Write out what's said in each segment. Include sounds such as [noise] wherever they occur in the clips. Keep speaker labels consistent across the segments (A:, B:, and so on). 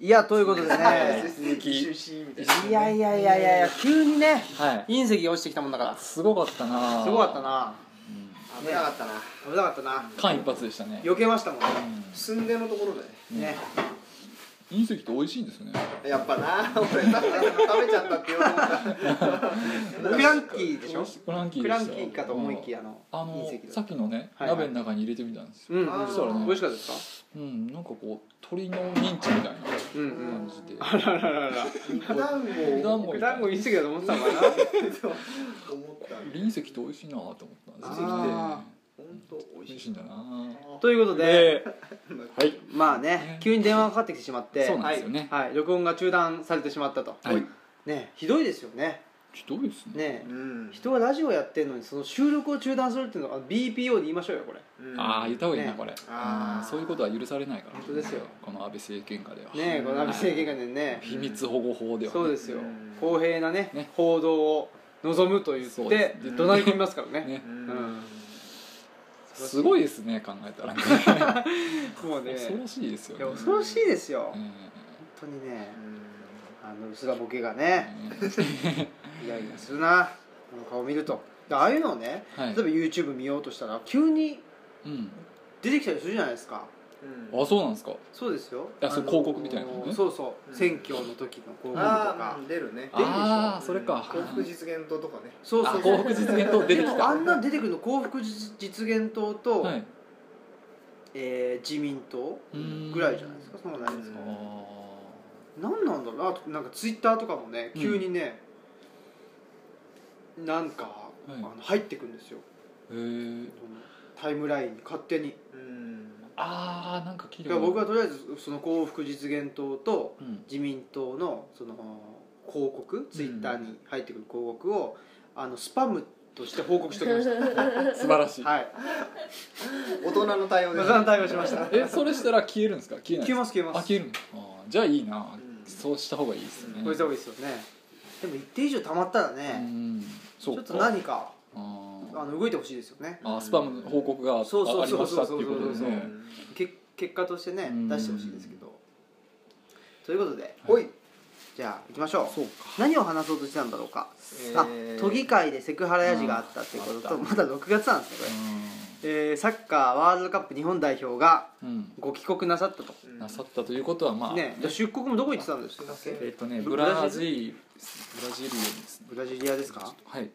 A: いやということでね
B: 鈴木
C: 出身みたいな
A: [laughs] やい
C: い
A: やいやいやいや急にね
D: はい
A: 隕石が落ちてきたもんだからす
D: すごかったな
A: ごかったな
C: 危なかったな
A: 危なかったな
D: 間一髪でしたね
A: 避けましたもんね
C: 寸でのところだね
A: ね
B: 隕石って美味しいんですね
C: やっぱな俺食べ食べちゃったって言おうと思った
A: クランキーでしょ
D: クランキー
A: ク
D: でし
A: ラ
D: た
A: ンキーかと思いきやの
D: あの
A: 隕石
D: さ
A: だ
D: っきのね
A: はいはい
D: 鍋の中に入れてみたんですよ
A: うん
C: あ
A: うん
C: ー
D: そしたら
A: 美
D: ね
A: 味しかったですか
D: うんなんかこう鳥のミンチみたいな
A: うんうん
D: 感じで
A: あらららら
C: 肉団
D: 肉団
C: 子
D: 子
A: ク
D: み
A: ラ
D: た
A: ン
D: い
A: ゴ
D: な
A: 隕石だと思ってたのかな
C: 思った
D: 隕石って美味しいなと思ったんです
A: あ
C: 本当美
D: 美
C: 味
D: 味
C: し
D: し
C: い
D: いんだな
A: [laughs] ということで
D: ではい
A: まあね急に電話がかかってきてしまって
D: そうなんですよね
A: はいはい録音が中断されてしまったと
D: はい
A: ねひどいですよね
D: ひどいですね
A: ね
C: うん
A: 人がラジオやってるのにその収録を中断するっていうのは BPO で言いましょうよこれ
C: うん
D: ああ言った方がいいな
A: ね
D: これ
C: あー
D: うんそういうことは許されないから
A: 本当ですよ
D: この安倍政権下では
A: ねえこの安倍政権下でね
D: [laughs] 秘密保護法ではね
A: そうですよ
C: うん
A: 公平なね
D: ね
A: 報道を望むと言っ
D: そう
A: て
D: です
A: 怒鳴り込みますからね
D: ね
C: うん
D: すごいですね考えたらね
A: もうね
D: 恐ろしいですよ
A: いや
D: ね
A: 恐ろしいですよ
D: え
A: 本当にねあの薄らボケが
D: え
A: ね
D: え
A: イライラするなこの顔見るとでああいうのをね
D: えは
A: 例え
D: い
A: ば YouTube 見ようとしたら急に
D: うん
A: 出てきたりするじゃないですか
D: あそうなんですか
A: そうですよ
D: あそう
A: の
D: 広告みたいなのね
A: そうそううん選挙の時の広告と
C: あ
A: か
C: ー出るね
A: 出るでしょ
D: ああそれか
C: 幸福実現党とかね
A: そう
D: あ
A: そうそう
D: 幸福実現党出てき
A: でもあ
D: た
A: んなん出てくるの幸福実現党と、
D: はい
A: えー自民党
D: うん
A: ぐらいじゃないですかそのないです
D: あ
A: か
D: ー
A: 何なんだろうなあとなんかツイッターとかもね
D: うん
A: 急にね、なんか、
D: い
A: あの入ってくるんですよ
D: へえ
A: タイムラインに勝手に
C: うん
D: ああなんか聞い
A: だ
D: た
A: か
D: こ
A: ら
D: とある
A: 僕はとりあえずその幸福実現党と [laughs]
D: うん
A: 自民党のその広告ツイッターに入ってくる広告を、あのスパムとして報告してお
D: [laughs]
A: きまし
D: 素晴らしい
A: たはい
C: 大人の対応です
A: 無駄な対応しました
D: えそれしたら消えるんですか消えない
A: 消えます消え
D: あ
A: ます
D: 消えるのあーじゃあいいな
C: うん
D: そうした方がいいですね
A: これした方がいいですよねでも一定以上たまったら
D: う
A: ね、
D: んそう
A: ち
D: か
A: ょっと何か
D: あ
A: あ
D: ー
A: の動いてほしいですよね
D: あースパムの報告がああ
A: そうそう
D: り
A: そう
D: ました
A: そ
D: っ
A: う
D: て
A: そう
D: いうことで
A: そう
D: ね
A: け結果としてね
D: うん
A: 出してほしいですけどということで
C: ほい
A: じゃあ行きましょう
D: そうか
A: 何を話そうとしてたんだろうか、あ都議会でセクハラやじがあったっていうことと
D: うん
A: まだ6月なんですねこれ、えーサッカーワールドカップ日本代表が
D: うん
A: ご帰国なさったと、
D: うんなさったということはまあ
A: ねじゃあ出国もどこ行ってたんですか
D: えっとねブ
A: ブブ
D: ラ
A: ラジ
D: ジルブラジルですね
A: ブラジリアですか
D: はい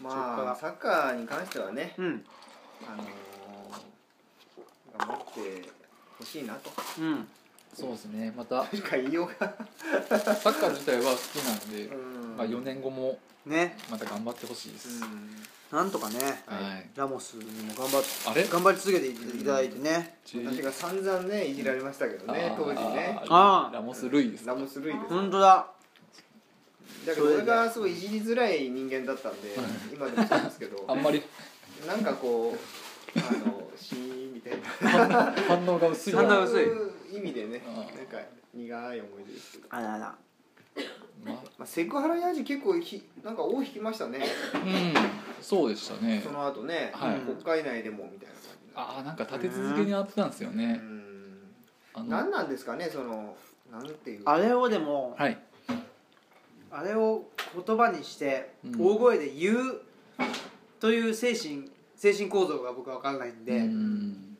C: まあサッカーに関してはね
A: うん
C: あのー頑張ってほしいなと
A: うん
D: そうですねまた
C: しか言いようが
D: サッカー自体は好きなんで、
C: うん
D: まあ、4年後も
A: ね
D: また頑張ってほしいです、
A: なんとかね
D: はい
A: ラモスにも頑張って
D: あれ
A: 頑張り続けていただいてね
C: うん私が散々ねいじられましたけどね当時ね
A: あー
D: ラモス・ルイです
C: ラモス・ルイです
A: 本当だ
C: だけど俺がすごいいじりづらい人間だったんで今でもそうですけど
D: あんまり
C: なんかこうあのシーンみたいな
D: 反応が薄いな
A: 反応が薄
C: そう
A: い
C: いう意味でね
D: うん
C: なんか苦い思い出ですけど、
A: あらあら
D: まあ
C: まあ、セクハラやじ結構ひなんか尾引きましたね
D: うんそうでしたね
C: その後ね、
D: はい
C: 国会内でもみたいな感じ
D: ああなんか立て続けにあってたんですよね、
C: うん
D: あの
C: 何なんですかねそのなんていう
A: あれをでも
D: はい
A: あれを言葉にして
D: うん
A: 大声で言うという精神精神構造が僕は分からないん
D: う
A: で、
D: ん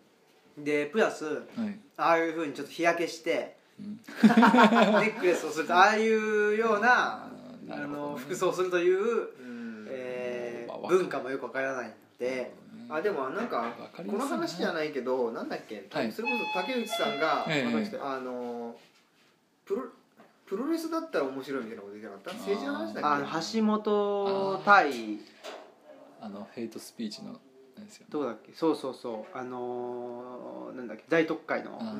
A: でプラス
D: はい
A: ああいうふうにちょっと日焼けして、
D: うん
A: [laughs] ネックレスをするとああいうよう
D: ー
A: なあ
D: なるほどね
A: の服装をするという、
C: うん
A: えー
D: まあわかる
A: 文化もよく分からないので
C: あでもなんか
D: わかりやすいな
C: この話じゃないけどなんだっけ、
D: はい
C: それこそ竹内さんが、
D: ええ
C: あのプロプロレスだったら面白いみたいなこと言ってなかった政治の話
A: あ
C: だっ
A: の橋本対
D: あのヘイトスピーチのなんですよね
A: どうだっけそうそうそうあのーなんだっけ大特会の
D: あ
C: け
D: ー
C: う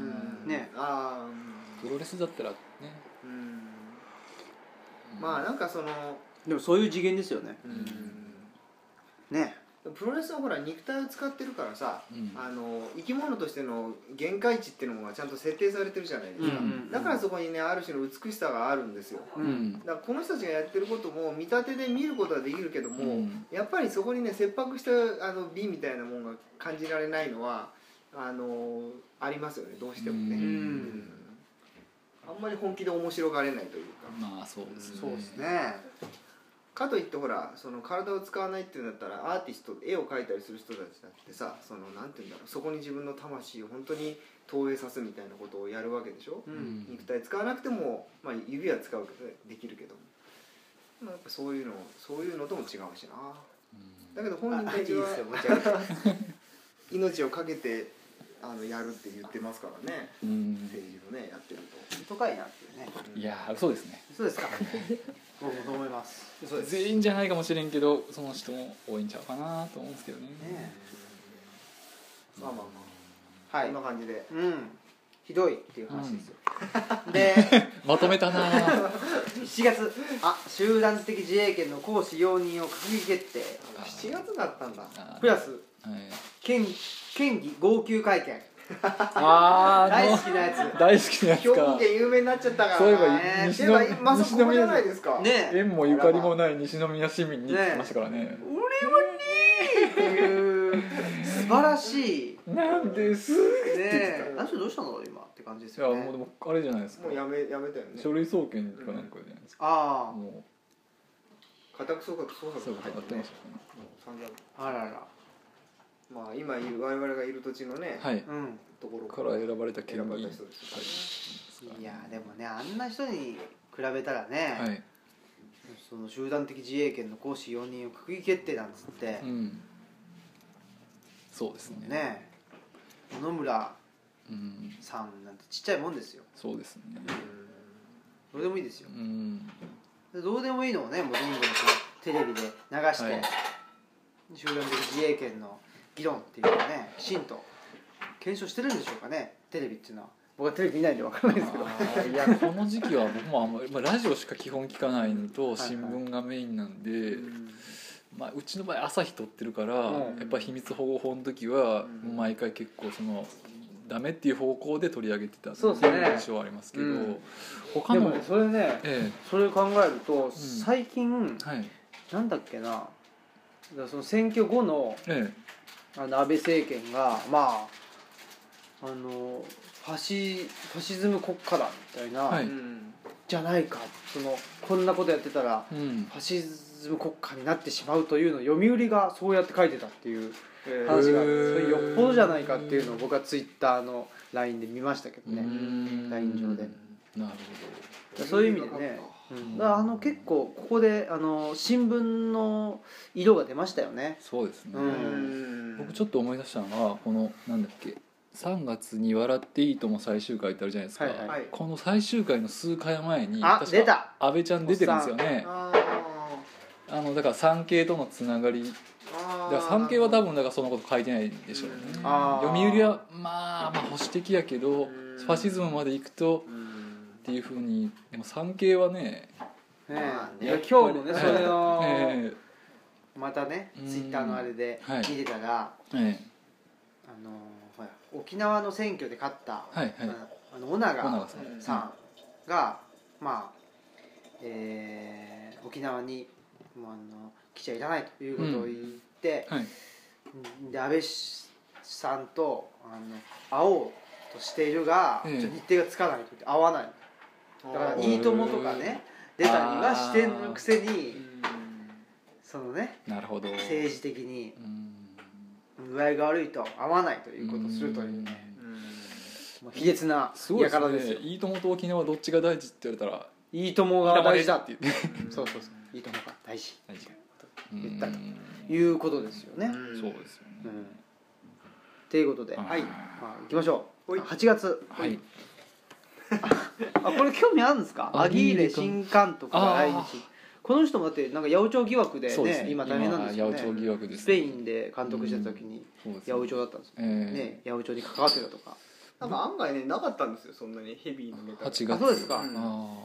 C: ん
A: ね
C: あ
D: プロレスだったらね
C: ーうんまあなんかその、
A: でもそういう次元ですよね
C: うん、
A: ね
C: プロレスはほら肉体を使ってるからさ、
D: うん
C: あの生き物としての限界値っていうのがちゃんと設定されてるじゃないですか、
D: ん
C: だからそこにねある種の美しさがあるんですよ、
A: う
D: うんん
C: だからこの人たちがやってることも見立てで見ることはできるけども、
D: うん
C: やっぱりそこにね切迫したあの美みたいなものが感じられないのはあのありますよねどうしてもね
D: う
A: うんん
C: あんまり本気で面白がれないというか
D: まあそうですね
A: そうですね
C: かといってほらその体を使わないっていうんだったらアーティスト絵を描いたりする人たちだってさそのなんて言うんだろうそこに自分の魂を本当に投影さすみたいなことをやるわけでしょ、
A: うん
C: 肉体使わなくても、まあ、指は使うけどできるけどまあやっぱそういうのそういうのとも違うしな
D: うん
C: だけど本人
A: あいい
C: た
A: っ
C: ち
A: すよ
C: は
A: 持ち上げて
C: [laughs] 命を懸けてあのやるって言ってますからね
D: うん
C: 政治のねやってると
A: 本当かいなっていうね
D: いやーそうですね
A: そう [laughs] ですか僕もそう思います
D: 全員じゃないかもしれんけどその人も多いんちゃうかなと思うんですけどね
A: ね
C: まあまあまあ、
A: はい
C: こんな感じで
A: うんひどいっていう話ですよ、で
D: まとめたな
C: [laughs]
D: ー
A: 7月あ集団的自衛権の行使容認を閣議決定
D: あ
C: 7月だったんだ
D: あー
A: プラス
D: はい
A: 県県議号泣会見
D: あ
A: 大好きなやつ
D: 大好きなやつ
C: 兵庫
D: か
C: 県有名になっちゃったから
D: そういえば
C: ね
D: 西
C: で
D: の
C: もまさここじゃないですか
A: ねえ
D: 縁もゆかりもない西宮市民に行ってましたからね
A: 俺はねえっていう素晴らしい
D: なんです
A: ね
C: 言って
A: え
C: た
A: あの人どうしたんだろう今って感じです
D: いや
A: よ
D: もう
A: ね
D: でもあれじゃないですか
C: もうやめやめたよ
D: 書
C: ね
D: 類送検かなんかじゃないですか
A: あ
D: も
C: 家宅捜索捜
D: うそう
C: 索
D: いう
C: が
D: こと
C: 入
D: やってま
C: ってね
D: したからね
C: 散々
A: ああらら
C: まあ今いる我々がいる土地のね、
D: はい
A: うん
C: ところ
D: から選ばれた県
C: 選ばれ
D: 民
C: た人ですからね
A: いやでもねあんな人に比べたらね、
D: はい
A: その集団的自衛権の行使容認を閣議決定なんつって
D: う、んそうですね
A: ねえ野々村
D: うん
A: さんなんてちっちゃいもんですよ
D: そうですね
A: どうでもいいですよ
D: うん
A: でどうでもいいのをねもう全国のテレビで流して、
D: はい
A: 集団的自衛権の議論っていうのをねきちんと検証してるんでしょうかねテレビっていうのは僕はテレビ見ないんで分からないですけど
D: あーいやこの時期は僕もあんまり、まあ、ラジオしか基本聞かないのと
A: いはい
D: 新聞がメインなんで、
A: うん
D: まあ、うちの場合朝日撮ってるから、
A: うん
D: やっぱ秘密保護法の時は
C: うん
D: 毎回結構そのダメっていう方向で取り上げてた
A: そうですね
D: 印象はありますけど、
A: うん
D: 他
A: で
D: の、
A: もねそれね
D: え
A: それを考えると、最近
D: えはい
A: なんだっけなだからその選挙後の
D: え
A: あの安倍政権がまああのファシファシズム国家だみたいな、
D: はい
C: うん
A: じゃないかそのこんなことやってたら
D: えうん
A: ファシズム国家になってしまうというのを読売がそうやって書いてたっていう
C: えー
A: 話がある
D: へー
A: それよっぽどじゃないかっていうのを僕はツイッターの LINE で見ましたけどね
D: うん
A: ライン上で
D: なるほ
A: そういう意味でね、う
D: うん
A: ん、だからあの結構ここであの新聞の色が出ましたよね
D: どそうですね、
A: うん
C: うん
D: 僕ちょっと思い出したのはこのなんだっけ3月に「笑っていいとも」最終回ってあるじゃないですか、
A: はいはい
C: はい
D: この最終回の数回前に
A: あ出た
D: 安倍ちゃん出てるんですよね
C: あ
D: あのだから産経とのつながりだから産経は多分だからそんなこと書いてないでしょうね
C: うん
A: あー
D: 読売はまあまあ保守的やけど
C: うん
D: ファシズムまで行くとっていうふうにでも産経はね
A: ね
C: まあ
A: え
C: ね
A: いや今日もねそれ
D: [laughs]
A: を
D: え
A: またね
D: うん
A: ツイッターのあれで
D: はい
A: 見てたら、
D: ええ
A: あのほら沖縄の選挙で勝った、
D: えはいはい
A: あの尾長
D: 小永さん
A: さんが、まあえー沖縄にもうあの来ちゃいらないということを言って、
D: はい
A: で安倍さんとあの会おうとしているが、
D: ええ
A: ちょっと日程がつかないと言って会わないだから「
D: ー
A: いいとも」とかね出たりはしてるくせにそのね
D: なるほど
A: 政治的に
D: うん
A: 具合が悪いと合わないということをするというねもう卑劣な
D: すごいで
A: やか
D: す
A: ら
D: ね
A: ですよ
D: いいともと沖縄どっちが大事って言われたら
A: いいともが大事だって
D: 言って
A: そうそうそういいともが大事
D: 大事
A: 言ったと
D: うん
A: いうことですよね、
D: そうですよ
A: う
D: ね
A: んということで、
D: うん
A: はい、まあ、行きましょう。
C: はい
A: 8月、
D: はい
A: あ、これ興味あるんですか。ア
D: ア
A: ギ
D: ギ
A: ー
D: ー
A: レ
D: レ
A: 新監督が来
D: あ
A: 日。この人もだって、なんか八百長疑惑で
D: そうです
A: ね、
D: ね
A: 今大変なんですよね。
D: 今八百長疑惑ですね
A: スペインで監督してた時に、
D: そうです
A: 八百長だったんですよ。
D: ええ
A: ね、八百長に関わってたとか。
C: なんか案外ねなかったんですよそんなにヘビーなネタが
D: 8月
A: あそうですか
D: あー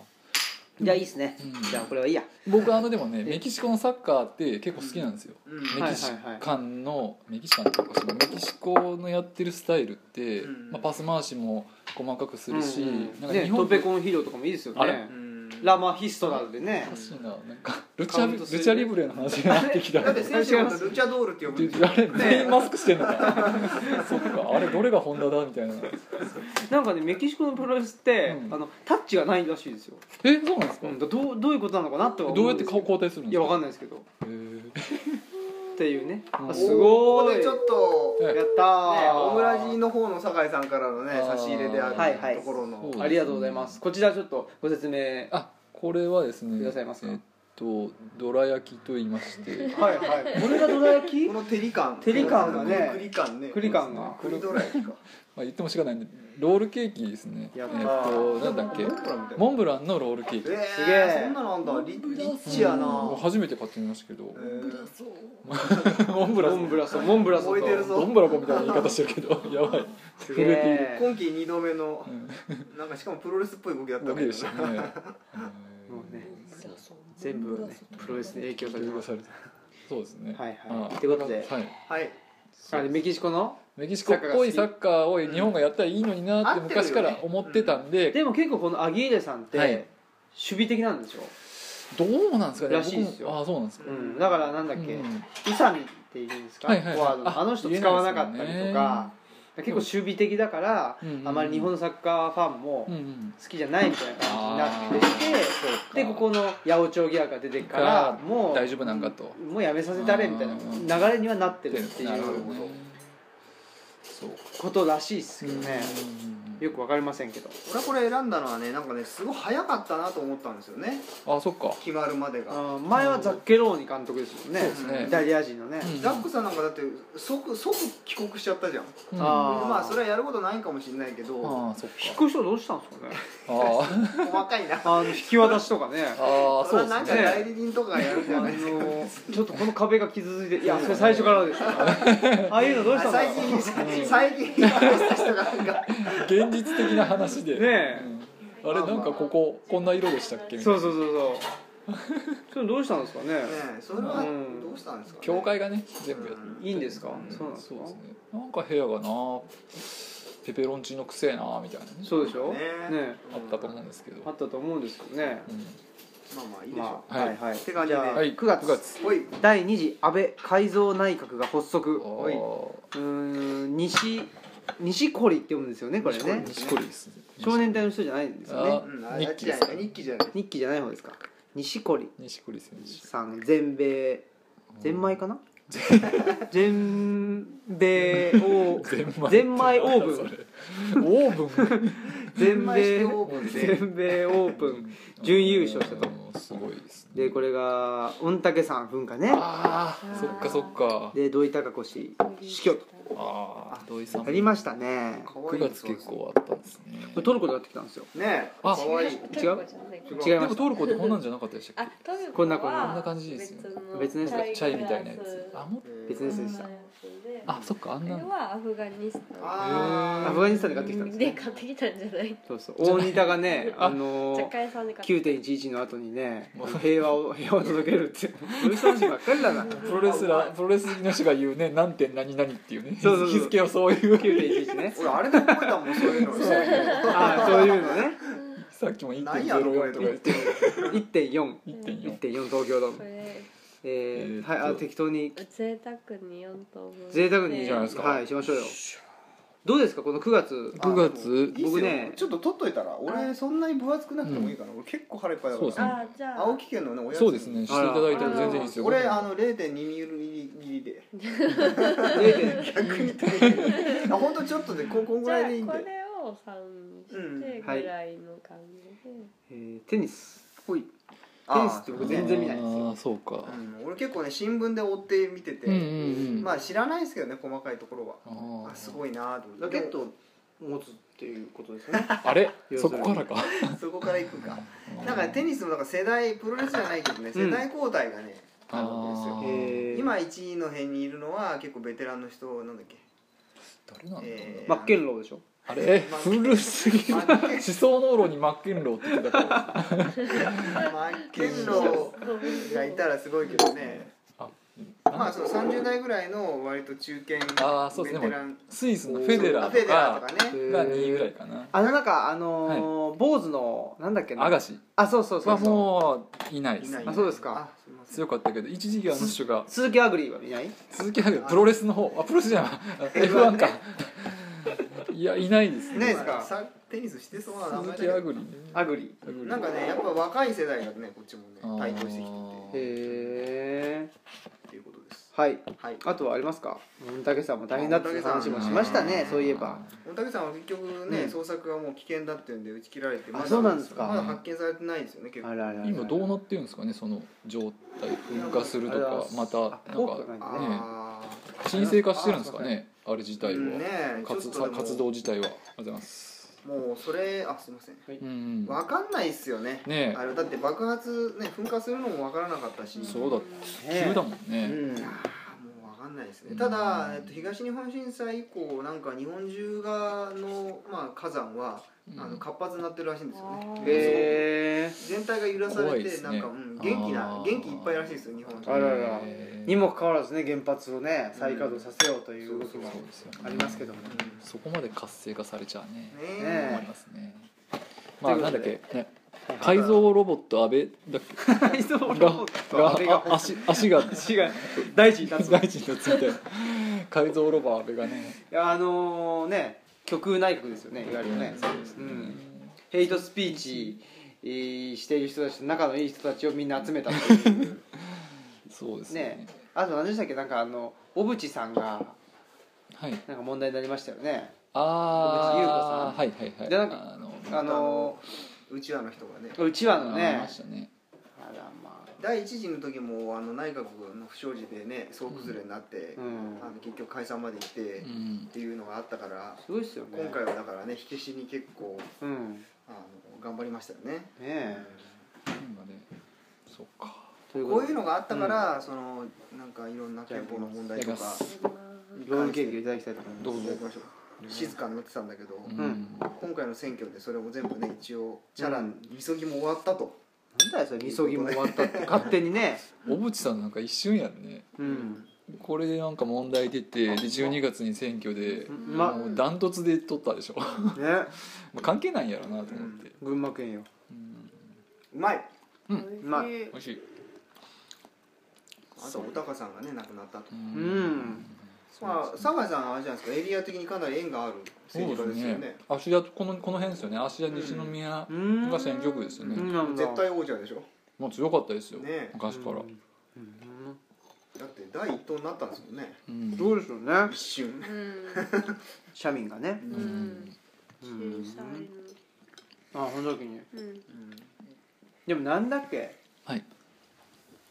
A: じゃあ、いいですね
D: うん。
A: じゃあ、これはいいや。
D: 僕あのでもね
A: え
D: メキシコのサッカーって結構好きなんですよ、
C: うん
A: は
D: メ
A: い
D: キシカンのメキシカンっていうかそのメキシコのやってるスタイルって、
C: うん
D: まあ、パス回しも細かくするし、
A: うんうん
D: なんか
A: ね、
D: 日本
A: トペコンヒーローとかもいいですよ
D: あれ
A: ね。ラマヒストラルでね
D: おか。しいななんかルチャ
A: カウントする
D: ルチャリブレの話になってきた
C: だって選手のことルチャドールって呼ぶんですよ
D: あれ全員マスクしてんのかそっかあれどれが本田だみたいな
A: なんかねメキシコのプロレスって、
D: うん
A: あのタッチがないらしいですよ、
D: えそうなんですか
A: うん、だどうどういうことなのかなとは思
D: どうや
A: ん
D: っ
A: で
D: て
A: す
D: 顔
A: けど
D: 交代するん
A: い
D: です
A: やわか
D: か
A: んないですけどっ
D: へー
A: ていうね、
D: うん
A: あすご
C: ここ
A: い
C: でちょっと
A: や
C: ね
A: ったー、
C: オムラジの方の酒井さんからのね
D: あー
C: 差し入れであ
A: はいはい
C: るところの、
D: そう
A: ありがとうございますこちらちょっとご説明
D: あこれはですね
A: くださいますか
D: えっとどら焼きと言いま
A: [laughs]
D: して
A: はいはいこれがどら焼き
C: この照り感
A: 照り感がね
C: 栗感ね
A: 栗感が
C: 栗どら焼きか
D: まあ言ってもしかないんでロールケーキですねえ
A: や
D: っ
A: った
D: となんだっけ
C: モンブラン
D: モンブラン
C: みたいな
D: のロールケーキ
C: えー、
A: すげえ
C: そんなのあんだリリッチやな、
D: うん初めて買ってみましたけど
C: えー
D: モンブラ
A: モ
D: ン
A: ンブラソモンブラソ
C: 燃えてるぞ
D: どんぶらこみたいな言い方してるけ
A: [laughs]
D: どやばい
A: す
D: 震えてい
A: げ
D: る
A: え
C: 今季2度目のなんかしかもプロレスっぽい動きだった
D: わけで
C: けど
D: したね
A: もうね全部ねプロレスに影響されてます
D: されてそうですね
A: はい
D: あ
A: はい
D: あ
A: ってことで
D: はい
C: はい
A: あれメキシコの
D: メキシコっぽいサッカーを日本がやったらいいのになって昔から思ってたんで
A: でも結構このアギーレさんって、
D: はい
A: 守備的なんでしょ、
D: どうなんですかね
A: らしいですよ
D: 僕もあそうなんですか
A: う、
C: うんん
A: だからなんだっけ、
D: うん
A: イサミっていうんですか、
D: はいはいはい
A: フォワードの
D: あ
A: あの人使わなかったりとか結構守備的だから、
D: うんうん
A: あまり日本のサッカーファンも
D: うんうん
A: 好きじゃないみたいな感じになってきて、
D: そうか
A: でここの八百長ギアが出てから
D: が
A: もう
D: 大丈夫なんかと
A: もうやめさせたれみたい
D: うん
A: な流れにはなってるってい
D: なるほど
A: う
D: ねそうか
A: ことらしいですけどね、
D: うん
A: よくわかりませんけど
C: 俺はこれ選んだのはねなんかねすごい早かったなと思ったんですよね
D: あそっか
C: 決まるまでが、
A: あー前はザッケローニ監督ですもんね
D: そうですね
A: イタリア人のね、
D: うん
C: ザックさんなんかだって即即帰国しちゃったじゃん
D: うん
A: あー
C: まあそれはやることないかもしれないけど
D: あーそっか
A: 引っ越しはどうしたんですかね
D: あー
C: 細かいな
A: あの引き渡しとかね
D: あー
C: そ
D: そ
C: れ
D: う
C: は
D: です
C: なんか
D: ね
C: 代理人とかがやるじ
A: あ
C: ゃ
A: の
C: ないですか
A: ちょっとこの壁が傷ついていやそれ最初からですよああいうのどうしたんだ
C: 最
A: ろう
C: 近最近引っ越した人がなんか
D: 現実的な話で、
A: ね
D: うんあれなんかこここんな色でしたっけみたい
A: そう
D: な
A: そうそうそうそれどうしたんですかね
C: ねそれはどうしたんですか、ね、
D: 教会がね全部やっ
C: うん
A: いいんですか
D: うん
A: そうなんですか
D: ねなんか部屋がなペペロンチーノくせえなみたいなね
A: そうでしょね
C: ね
D: あったと思うんですけど、
A: あったと思うんですけどね
D: うん
C: まあまあいいでしょう、
A: まあ
D: は
A: はいいはい
C: って感じで
A: じゃあ
D: はい
A: 9月
D: 9月
C: ほい
A: 第2次安倍改造内閣が発足
D: あー
A: うーん西西堀って読むんですよねこれね
D: 錦織ですね
A: 少年隊の人じゃないんですよ
D: あ
A: ね
C: うん、
D: ー
C: あ
D: 日
C: 日
D: 記
C: 記
D: で
C: じ
D: す
C: ゃ
D: か
C: ない日記じゃない
A: 日記じゃない方ですか西堀
D: 錦織選手
A: さん全米ゼンマイかな全米を
D: ゼンマイ
A: ゼンマイオーブン
D: それオーブン
A: 全
C: マイして
A: 米
C: オープンで
A: 全米オープン
D: [laughs]
A: 準優勝したと
D: うんすごいですね
A: でこれが御嶽山噴火ね
D: ああそっかそっか
A: で土井孝子氏死去と
D: ああ土井さん
A: やりましたね
C: 可
D: 9
C: 愛い
D: 月結構あったんですね
A: これトルコでやってきたんですよ
C: ねえ
D: あ
C: 可愛
A: 違う
C: い違
A: 違い
D: で
A: ま
D: も
A: した
D: トルコってこんなんじゃなかったでした
E: あ
D: っ、
E: トルコは
A: こんなこんなこ
D: んな感じですよ
A: 別のやつだ
D: けチャイみたいなやつあ
E: あ、
D: もう
A: 別のやつでした
D: あそっかあ
E: あ
D: ん
E: れ
D: なの
E: はアフガニスタ
C: あー
A: アフガニスタンで買ってきたんで
E: ン
A: す
E: で
A: ね
E: 買ってきたんじゃない
A: そうそう大仁田がねあの
E: ジャ
A: ー
E: カヤさんで買ってきた
A: 9.11の後にね平和を [laughs] 平和を届けるってそういう話ばっかりだな
D: プロレスラープロレス好きの人が言うね何点何々っていうね
A: そうそうそう
D: 日付をそういう
A: 9.11ね
C: 俺あれで覚えたもんそういうの
A: ああそういうのね
D: さっきも
C: 何やろこ
D: 1.04
C: れと
D: とか
C: か
D: 言
C: 言
D: っ
C: ってて
A: 1.41.4
D: 1.4
A: 東京ドーム
E: これ
A: え
D: えー
A: ー、
D: と
A: はいあ適当に
E: 贅沢に四等分
A: 贅沢に
D: じゃないですか
A: はいしましょうよどうですかこの9月 [laughs]
C: あ
D: 9月
C: いいっすよ
A: 僕ね
C: ちょっと取っといたら俺そんなに分厚くなくてもいいかな俺結構腹いっぱいだか
D: そうですね
C: ら
E: あじゃあ
C: 青木県のねおやつ
D: そうですねしていただいても全然いいですよ
C: 俺あの0.2ミリギリで
D: [laughs]
A: 0.2
C: 逆に大変あ本当ちょっとでここんぐ
E: じゃあ
C: らい
E: こ
C: でい
E: れ
C: いんで
E: を三にしてぐらいの感じで
A: えーテニス
C: ほい
A: テニスって僕全然見ないんですよ
D: あーそうか
C: うん俺結構ね新聞で追って見てて
D: うんうんうん
C: まあ知らないですけどね細かいところは
D: あー
C: あすごいなと思って
A: ラケットを持つっていうことですね
D: あれ
A: 要
D: そ
A: するに
D: こからか
C: そこから行くかなんかねテニスもなんか世代プロレスじゃないけどね
A: うん
C: 世代交代がね、あるわけです
D: あ
C: よ
A: えー、
C: 今1位の辺にいるのは結構ベテランの人なんだっけ
D: 誰なんだろう
C: えー
A: マッケンローでしょ
D: あれ古すぎる
C: マ
D: 思
C: ッケン
D: 想濃炉にマッケンローって言ってたから
C: マッケンローがいたらすごいけどね
D: あ
C: まあその30代ぐらいの割と中堅
D: あーそうですね
C: ベテラン
D: スイスのフェデラ
C: あフェ
D: ー
C: デ
D: と
C: ラー
D: か
C: とかね
D: が2位ぐらいかな
A: あのなんかあのー坊主のなんだっけな
D: アガシ
A: あそうそうそ
D: は
A: うそう
D: もういないで
C: い
D: す
C: ない
D: ね
A: あそうですか
C: あすいません
D: 強かったけど一時期あの人が
A: 鈴木アグリーはいない
D: 鈴木春プロレスの方あプロレスじゃない F1 かいやいないです
A: いない
D: ね
A: ですか
C: さテニスしてそうな名
D: 鈴
C: 前
D: 木ア
C: だけど
D: グリね
A: アグリ
D: アグリ
C: なんかねやっぱ若い世代がねこっちもね
D: あー
C: 台頭してきて
A: ーへ
C: て
A: え
C: っていうことです
A: はい
C: はい
A: あとはありますか御嶽さんも大変だっていう話もしましたね
D: うん
A: そういえば
C: 御嶽さんは結局ね、
A: うん
C: 捜索がもう危険だっていうんで打ち切られて
A: あそうなんですか
C: まだ発見されてないんですよね結
A: あ
C: 構
A: らあらあら
D: 今どうなってるんですかねその状態噴火するとかまた
A: あ
D: なん
A: 多くない
D: か
A: あ
C: あ
D: 沈静化してるんですかねあれ自
C: あ、
D: 体
C: う
D: は
C: んねえちょっ
D: 活
C: とでも
D: 活動自体はありがとうございます
C: もうそれあすいません
D: うんうん
C: わかんないっすよね
D: ね
C: あれだって爆発ね噴火するのもわからなかったし
D: えそうだ
A: ね
D: 急だもん
A: う
D: ね
A: ん
C: あーもうわかんないです
D: う
C: ね
D: ん
C: ただ、えっと、東日本震災以降なんか日本中がの、まあ、火山
D: う
C: は、
D: ん
C: あの活発になってるらしいんですよね
E: あー
A: へえ
C: 全体が揺らされ
D: 怖
C: て、
D: いですね
C: なんか、うん、元気な
D: あー
C: 元気いっぱいらしいですよ日本
A: あらら
D: へえ
A: にもかかわらずね原発をね再稼働させようという動きも
D: そうですよね
A: あります
D: [laughs]
A: けども
C: うん
D: そこまで活性化されちゃうね
A: ね
C: ねえ
D: 思いますねまあな
A: ということ
D: んだっ
A: で
D: けね改造ロボット安倍だっけ
A: 改造 [laughs] ロボット
D: が
A: 安倍が
D: あ足足
A: [laughs]
D: が
A: 違う大臣立つ
D: 大臣について改造ロボ安倍がね
A: いやあのね極右内閣ですよねいわゆるねうん、ヘイトスピーチえーしている人たちと仲のいい人たちをみんな集めたっていう
D: そうです
A: ね
D: ね
A: あと何でしたっけなんかあの小渕さんが
D: はい
A: なんか問題になりましたよね
D: ああ
A: 小
D: はいはいはい
A: でなんか
D: あの
A: あの
C: うちわの人がね
A: うちわの
D: あり
A: ね
D: ましたね
A: あらまあ
C: 第一次の時もあの内閣の不祥事でね総崩れになって、
A: うん
C: あの結局解散まで行って、
D: う
C: っ
D: ん
C: ていうのがあったから
A: すごいっすよね
C: 今回はだからね火消しに結構
A: うんね
C: あの頑張りましたよね、
A: え
D: 今ねそっか
A: という
C: こ
A: こ
C: う
A: と
C: いう
A: で
C: のがあったから、そのなんかいろんな憲法の問題と
D: じゃ
C: か
D: あ
A: ローンケーキをいただきたいと思います
D: どうぞ
C: やりましょう静かになってたんだけど、
D: うん、
C: 今回の選挙でそれも全部ね一応チャランみそぎも終わったと、
A: なんだよそれみそぎも終わったって [laughs] 勝手にね
D: 小渕さんなんか一瞬やんね
A: うん
D: これでなんか問題出てで12月に選挙で
A: う、ま
D: もうダントツで取ったでしょ [laughs] ま
A: ね
D: あ関係ないんやろなと思って、
A: 群馬県よ
D: うん、
C: うまい
A: んまあ
D: 美味しい
C: あとおたかさんがね亡くなったと、
D: うん
A: うん
C: まあ酒井さんはあれじゃないですかエリア的にかなり縁がある
D: そう
C: 政
D: で
C: 治家
D: す
C: ですよ
D: ね
C: ね
D: 芦屋このこの辺ですよね芦屋西宮
A: うん
D: が選挙区ですよね、
A: うんなんだ
C: 絶対王者でしょ
D: もう強かったですよ、
C: ね
D: 昔から、
A: うんうん
C: だって第一党になったんですもんね
D: うん
A: どうでしょうね
C: 一瞬
A: 社民がね
E: うんう
D: うんん
A: うん
E: 仲裁の
A: あ本の時に
E: うん
A: でもなんだっけ
D: はい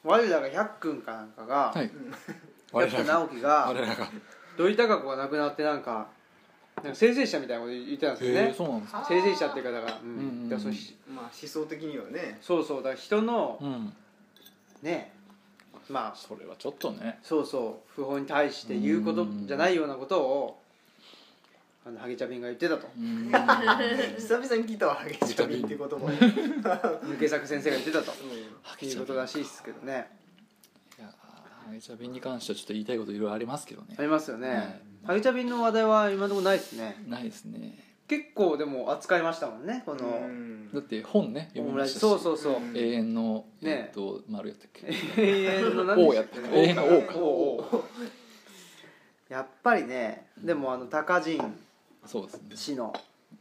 A: 我らが百君かなんかが
D: はい
A: 百君直樹が
D: 我らが
A: 土井孝子が亡くなってなんかなんか生成者みたいなこと言ってたんですよ
D: へえ
A: ね
D: そうなんですか
A: 生成者っていうかだからう
D: うんうんうん
A: んだからそうし
C: まあ思想的にはね
A: そうそうだから人の
D: うん
A: ねまあ
D: それはちょっとね
A: そうそう不法に対して言うことじゃないようなことをあのハゲチャビンが言ってたと
D: うん
C: 久々に聞いたわハゲチャビンって言葉を、
D: [laughs]
A: 抜け作先生が言ってたと
C: うん
A: いうことらしいですけどね
D: いやハゲチャビンに関してはちょっと言いたいこといろいろありますけどね
A: ありますよね、ハゲチャビンの話題は今のところないですね
D: ないですね
A: 結構でも扱いましたもんねこの
C: うん
D: だって本ね
A: オ
D: 読み
A: ム
D: ま
A: ラ
D: し
A: ジ
D: たし
A: そうそうそう
D: 永遠の
A: ね
D: えっと丸やったっけ
A: 永遠の何
D: 王
A: でし
D: や
A: た
D: っ
A: ったけ
D: っけ
A: ね
D: 永遠の王か
A: [laughs] 王王やっぱりねでもあの高人
D: そうですね
A: 氏の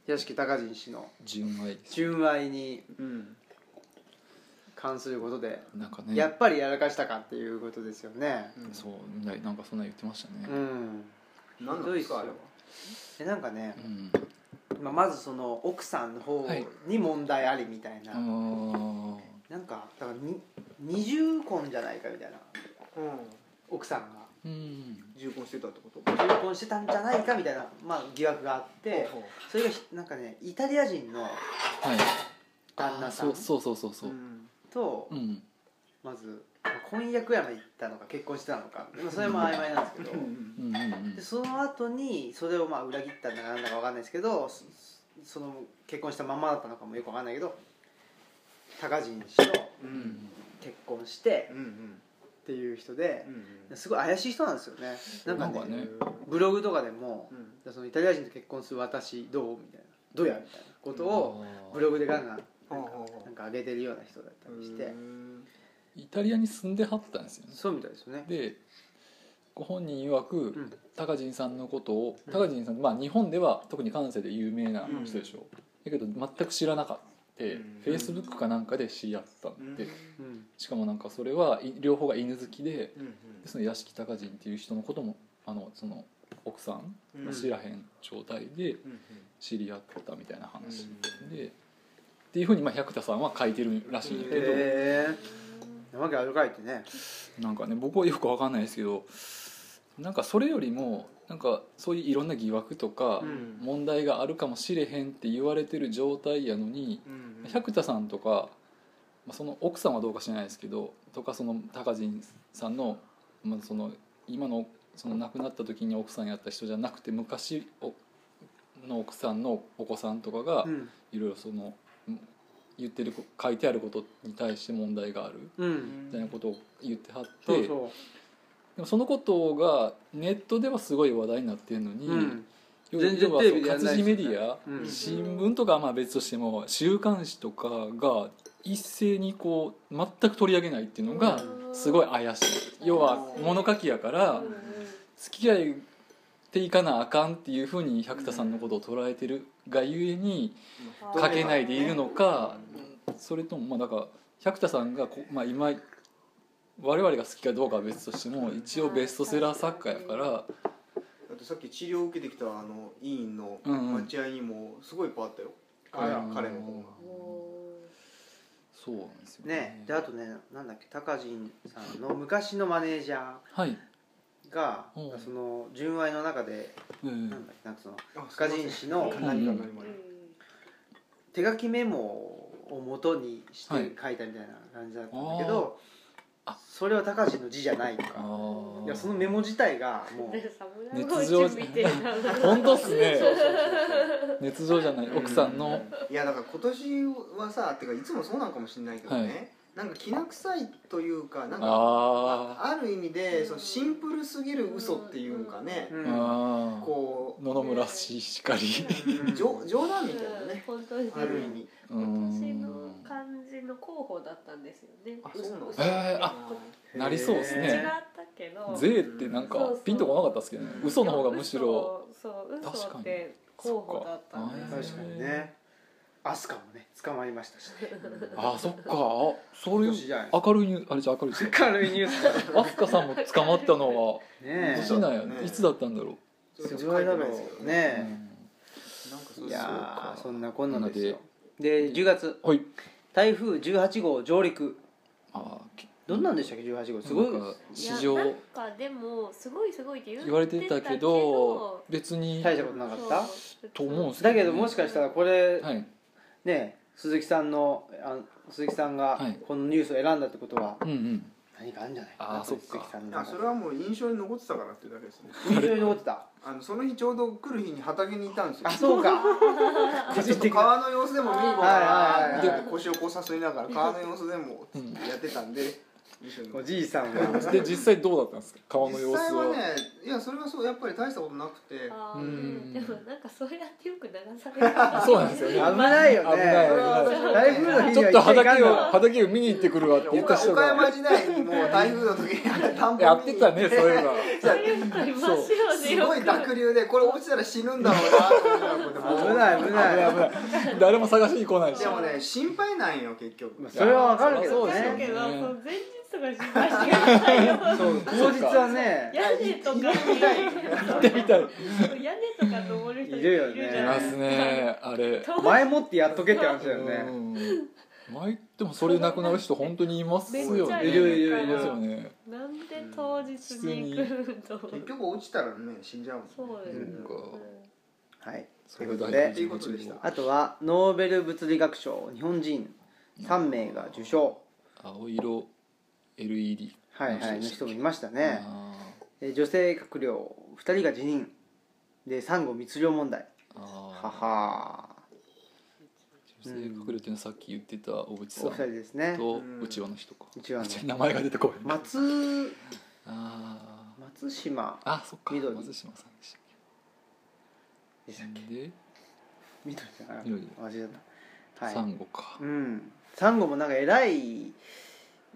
A: 屋敷高人氏の
D: 純愛です
A: 純愛に
C: うん
A: 関することで
D: なんか
A: や
D: ね
A: っぱりやらかしたかっていうことですよね
C: うん
D: そうななんかそんな言ってました
A: う
D: ね
A: ん
C: 何なんですかあれは
A: でなんかね、
D: うん
A: まあ、まずその奥さんの方
D: はい
A: に問題ありみたいな、
D: あー
A: なんかだからに二重婚じゃないかみたいな
C: うん
A: 奥さんが
D: うん
C: 重婚してたってこと
A: 重婚してたんじゃないかみたいな、まあ、疑惑があってそれがひなんかねイタリア人の
D: はい
A: 旦那
D: あー
A: さ
D: そ
A: ん
D: うそうそうそうそう
C: うん
A: と
D: うん
A: まずまあ婚約やまで行ったのか結婚してたのかまあそれも曖昧なんですけど
D: うんうんうん
A: でその後にそれをまあ裏切ったんだかなんだかわかんないですけどそその結婚したまんまだったのかもよくわかんないけど高人氏と
D: う
C: う
D: ん
C: ん
A: 結婚して
C: うん
A: っていう人で
C: う、ん
A: すごい怪しい人なんですよねなんかね
D: なんかね
A: ブログとかでも
C: うん
A: そのイタリア人と結婚する私どうみたいなどうやみたいなことをブログでガンガン
C: うん
A: なんか上げてるような人だったりして
C: うん
D: イタリアに住んではったんですよね
A: そうみたいですよね
D: でご本人曰く、
A: うん
D: 高人さんのことを
A: うん
D: 高人さん、まあ日本では特に関西で有名な人でしょう、だけど全く知らなかった
C: ん
D: フェイスブックかなんかで知り合ったんで、
A: うん
D: しかもなんかそれはい両方が犬好きで
C: うん
D: でその屋敷高人っていう人のこともあのその奥さん
C: うん
D: も知らへん状態で
C: うん
D: 知り合ったみたいな話
C: うん
D: で、っていうふうにまあ百田さんは書いてるらしいんやけど、
A: へえわけあるかいってね
D: なんかね僕はよくわかんないですけどなんかそれよりもなんかそういういろんな疑惑とか
A: うん
D: 問題があるかもしれへんって言われてる状態やのに
C: うんうん
D: 百田さんとかまあその奥さんはどうか知らないですけどとかその高人さんの,、まあ、その今のその亡くなった時に奥さんやった人じゃなくて昔おの奥さんのお子さんとかが
A: うん
D: いろいろそのうん言ってるこ書いてあることに対して問題がある
A: うん
D: みたいなことを言ってはって。
A: そうそ
D: でもそのことがネットではすごい話題になってるのに、
A: ううん
D: 要
A: 全然テレビでやんな
D: 活
A: いです
D: 字
A: よね
D: メディア、
A: うん
D: 新聞とかはまあ別としても週刊誌とかが一斉にこう全く取り上げないっていうのがすごい怪しい要は物書きやから付き合いっていかなあかんっていうふうに百田さんのことを捉えてるがゆえに書けないでいるのかそれともまあだから百田さんがこ、まあ、今我々が好きかどうかは別としても一応ベストセラー作家やから
C: だってさっき治療を受けてきたあの委員の
D: うんうん
C: 待合にもすごいいっぱいあったよ、
A: あら
C: 彼彼の本が
D: そうなんですよ
A: ねであとねなんだっけ高人さんの昔のマネージャ
D: はい、
A: ーが
D: うん
A: その純愛の中で
D: えー
A: なんだっけなんかその
C: あ
A: 高人氏の
C: 何か何々まで
A: 手書きメモを元にして
D: はい
A: 書いたみたいな感じだったんだけど、
D: あーあ
A: それは高橋の字じゃないと
D: あ
A: か
D: ー
A: いやそのメモ自体がもう
E: 熱情みたいな
D: 本当っすね
A: そうそうそう
D: 熱情じゃない奥さんの
C: いやだから今年はさてかいつもそうなんかもしれないけどね、
D: はい
C: なんかきな臭いというかなんか
D: あ
C: あある意味でそのシンプルすぎる嘘っていうかね、
A: そう
D: ー、
A: う
D: うん [laughs] あー
C: こ
D: 野々村氏しかり
C: う冗冗談みたいなね、
E: 本当に
C: ある意味
D: う
E: 私の
D: ん
E: 漢字の候補だったんですよね
C: あそうなの
E: 嘘
D: えーあなりそうです
E: 違っ
D: ね
E: たけど
D: 税ってなんかピンとこなかったですけどね嘘の方がむしろ
E: 嘘そう嘘って候補だったん
D: 確
E: です
A: 確かにねアスカもね捕まりましたし
D: あーそっかあそうい
A: 女
D: う
A: 子じゃない
D: 明るいニューあれじゃ明るいですよ
A: 明るいニュースだね
D: 飛鳥さんも捕まったのは
A: え
D: 年なんや、
C: ね
D: いつだったんだろ
A: すごいだろう
D: う、
A: ね
C: なんかそう
A: い
C: そう
A: やー
D: そうか
A: そんなこんなですよで10月
D: うんはい
A: 台風18号上陸
D: あーき
A: どんなんでしたっけ18号すごい
D: なんか
E: いや
D: 市場
E: なんかでもすごいすごいって言
D: 言われてたけど別に
A: 大したことなかった
E: そう
D: と思うんです
A: だけどもしかしたらこれ
D: はい
A: ね鈴木さんのあ鈴木さんが
D: はい
A: このニュースを選んだってことは
D: うんうん
A: 何かあるんじゃない
D: あー
A: なん
D: そっか
A: 鈴木さん
C: い
A: の
C: やそれはもう印象に残ってたからっていうだけですね
A: 印象に残ってた
C: あのその日ちょうど来る日に畑にいたんですよ
A: あそうか個人
C: ちょっと
A: 的な
C: 川の様子でも見に行こ
A: は
C: う
A: い
C: か
A: はいはいは
C: ないで腰をこうさすりな [laughs] がら川の様子でも
D: うん
C: やってたんで一緒に
A: おじいさんは
D: で実際どうだったんですか川の様
C: 実際
D: 子
C: は
D: は
C: ねいやそれはそうやっぱり大したことなくて
E: あー
D: うん
E: でもなんかそうやってよく流される
D: [laughs] そうなんですよ
A: 危
D: ね
A: ないよ
D: 危ない危
A: ね
D: な
A: 台風の日
D: いち
A: に
D: ょ
A: は
D: っと
A: 行っちゃい
D: 畑
A: かん
D: を
A: の
D: 畑を見に行ってくるわって言った
C: 岡
D: 人
C: 岡山
D: が
C: 時代にもう台風の時にあれ田んぼ
D: やってたねそういえば
E: そういうのいますよね
C: す
E: よ
C: ご
E: く
C: い濁流でこれ落ちたら死ぬんだろうなと思ってたのでもう
D: [laughs]
A: 危ない危ない
D: 危ない誰も探しに来ないし
C: でもね心配なんよ結局
A: まあそれはわかるけど
D: いや
E: だ
D: そりゃそうで
E: け
A: ね
D: すよね
E: ど、その前日とか心配してくださいよ
A: そう当日はね
E: 屋根とかに
D: 行ってみたいい
E: 屋根とか登る人
A: いるよね
E: いるじゃ
D: ま
E: ないですす
D: ねあれ
E: か
A: 前もってやっとけって話だよ
D: う
A: ね
D: ん前でもそれなくなる人本当にいます
E: めっ
D: よ
E: ちゃ
D: ね
E: いるから
D: いますよね
E: なんで当日に来るのそう
C: 結局落ちたらね死んじゃうもん
E: ですよね
D: なんか
A: はい
D: そ
A: という
D: れ
A: こ
D: 大
A: とで
C: ということでした
A: あとはノーベル物理学賞日本人3名が受賞
D: 青色 LED
A: はいはいの人もいましたね
D: あ
A: えー女性閣僚2人が辞任で産後密漁問題
D: ーあー
A: はは
D: 性閣僚っていうのはさっき言ってた小渕
A: お二
D: さ
A: 人
D: ん
A: ですね
D: と
C: うん
D: うちわの人か
A: 一番の
D: 名前が出てこない
A: 松
D: あ
A: 松島
D: ーあそっか
A: 緑
D: 松島さんでしたっ
A: でしたっけ
D: けで
A: 緑じゃない
D: 緑
A: 間違えた
D: サ
A: はい
D: ンゴか
A: うんサンゴもなんか偉い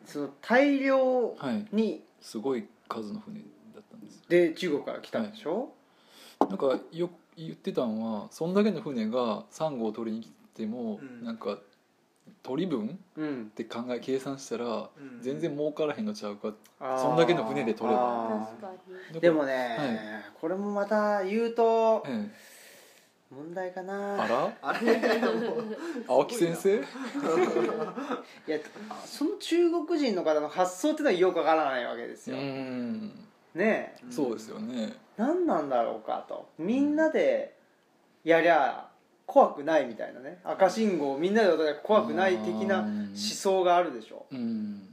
A: その大量
D: はい
A: に
D: すごい数の船だったんです
A: で中国から来たんでしょ
D: なんかよく言ってたんはそんだけの船がサンゴを取りに来ても、
C: うん
D: なんか取り分っ
A: うん
D: て考え計算したら
C: うん
D: 全然儲からへんのちゃうか
A: あー
D: そんだけの船で取れば
A: あ
E: 確かに
D: だ
A: ー
D: から
A: でもねこれもまた言うと
D: ええ
A: 問題か
D: あ
A: な
D: ら
C: あれもう
D: [laughs] 青木先生
A: いやその中国人の方の発想ってのはよくわからないわけです
D: う
A: よ
D: ん
A: ねえ
D: そうですよね
A: 何なんだろうかとみんなでやりゃ怖くないみたいなね赤信号をみんなで渡りゃ怖くない的な思想があるでしょ
D: うん